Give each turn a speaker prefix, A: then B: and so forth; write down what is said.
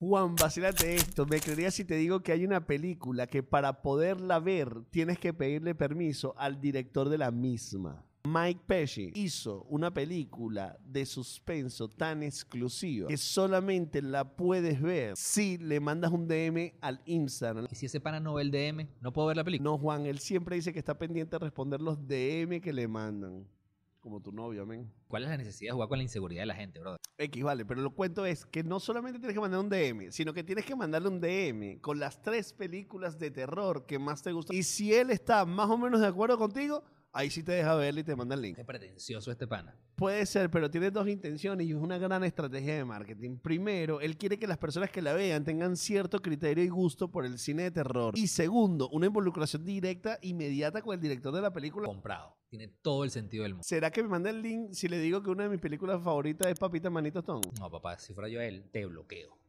A: Juan, vacílate esto. Me creería si te digo que hay una película que para poderla ver tienes que pedirle permiso al director de la misma. Mike Pesci hizo una película de suspenso tan exclusiva que solamente la puedes ver si le mandas un DM al Instagram.
B: Y si ese pana no ve el DM, no puedo ver la película.
A: No, Juan, él siempre dice que está pendiente de responder los DM que le mandan. Como tu novio, amén.
B: ¿Cuál es la necesidad de jugar con la inseguridad de la gente, brother?
A: X, vale, pero lo cuento es que no solamente tienes que mandar un DM, sino que tienes que mandarle un DM con las tres películas de terror que más te gustan. Y si él está más o menos de acuerdo contigo, ahí sí te deja verla y te manda el link.
B: Qué pretencioso este pana.
A: Puede ser, pero tiene dos intenciones y es una gran estrategia de marketing. Primero, él quiere que las personas que la vean tengan cierto criterio y gusto por el cine de terror. Y segundo, una involucración directa, inmediata con el director de la película.
B: Comprado. Tiene todo el sentido del mundo.
A: ¿Será que me manda el link si le digo que una de mis películas favoritas es Papita Manito Stone?
B: No, papá, si fuera yo él, te bloqueo.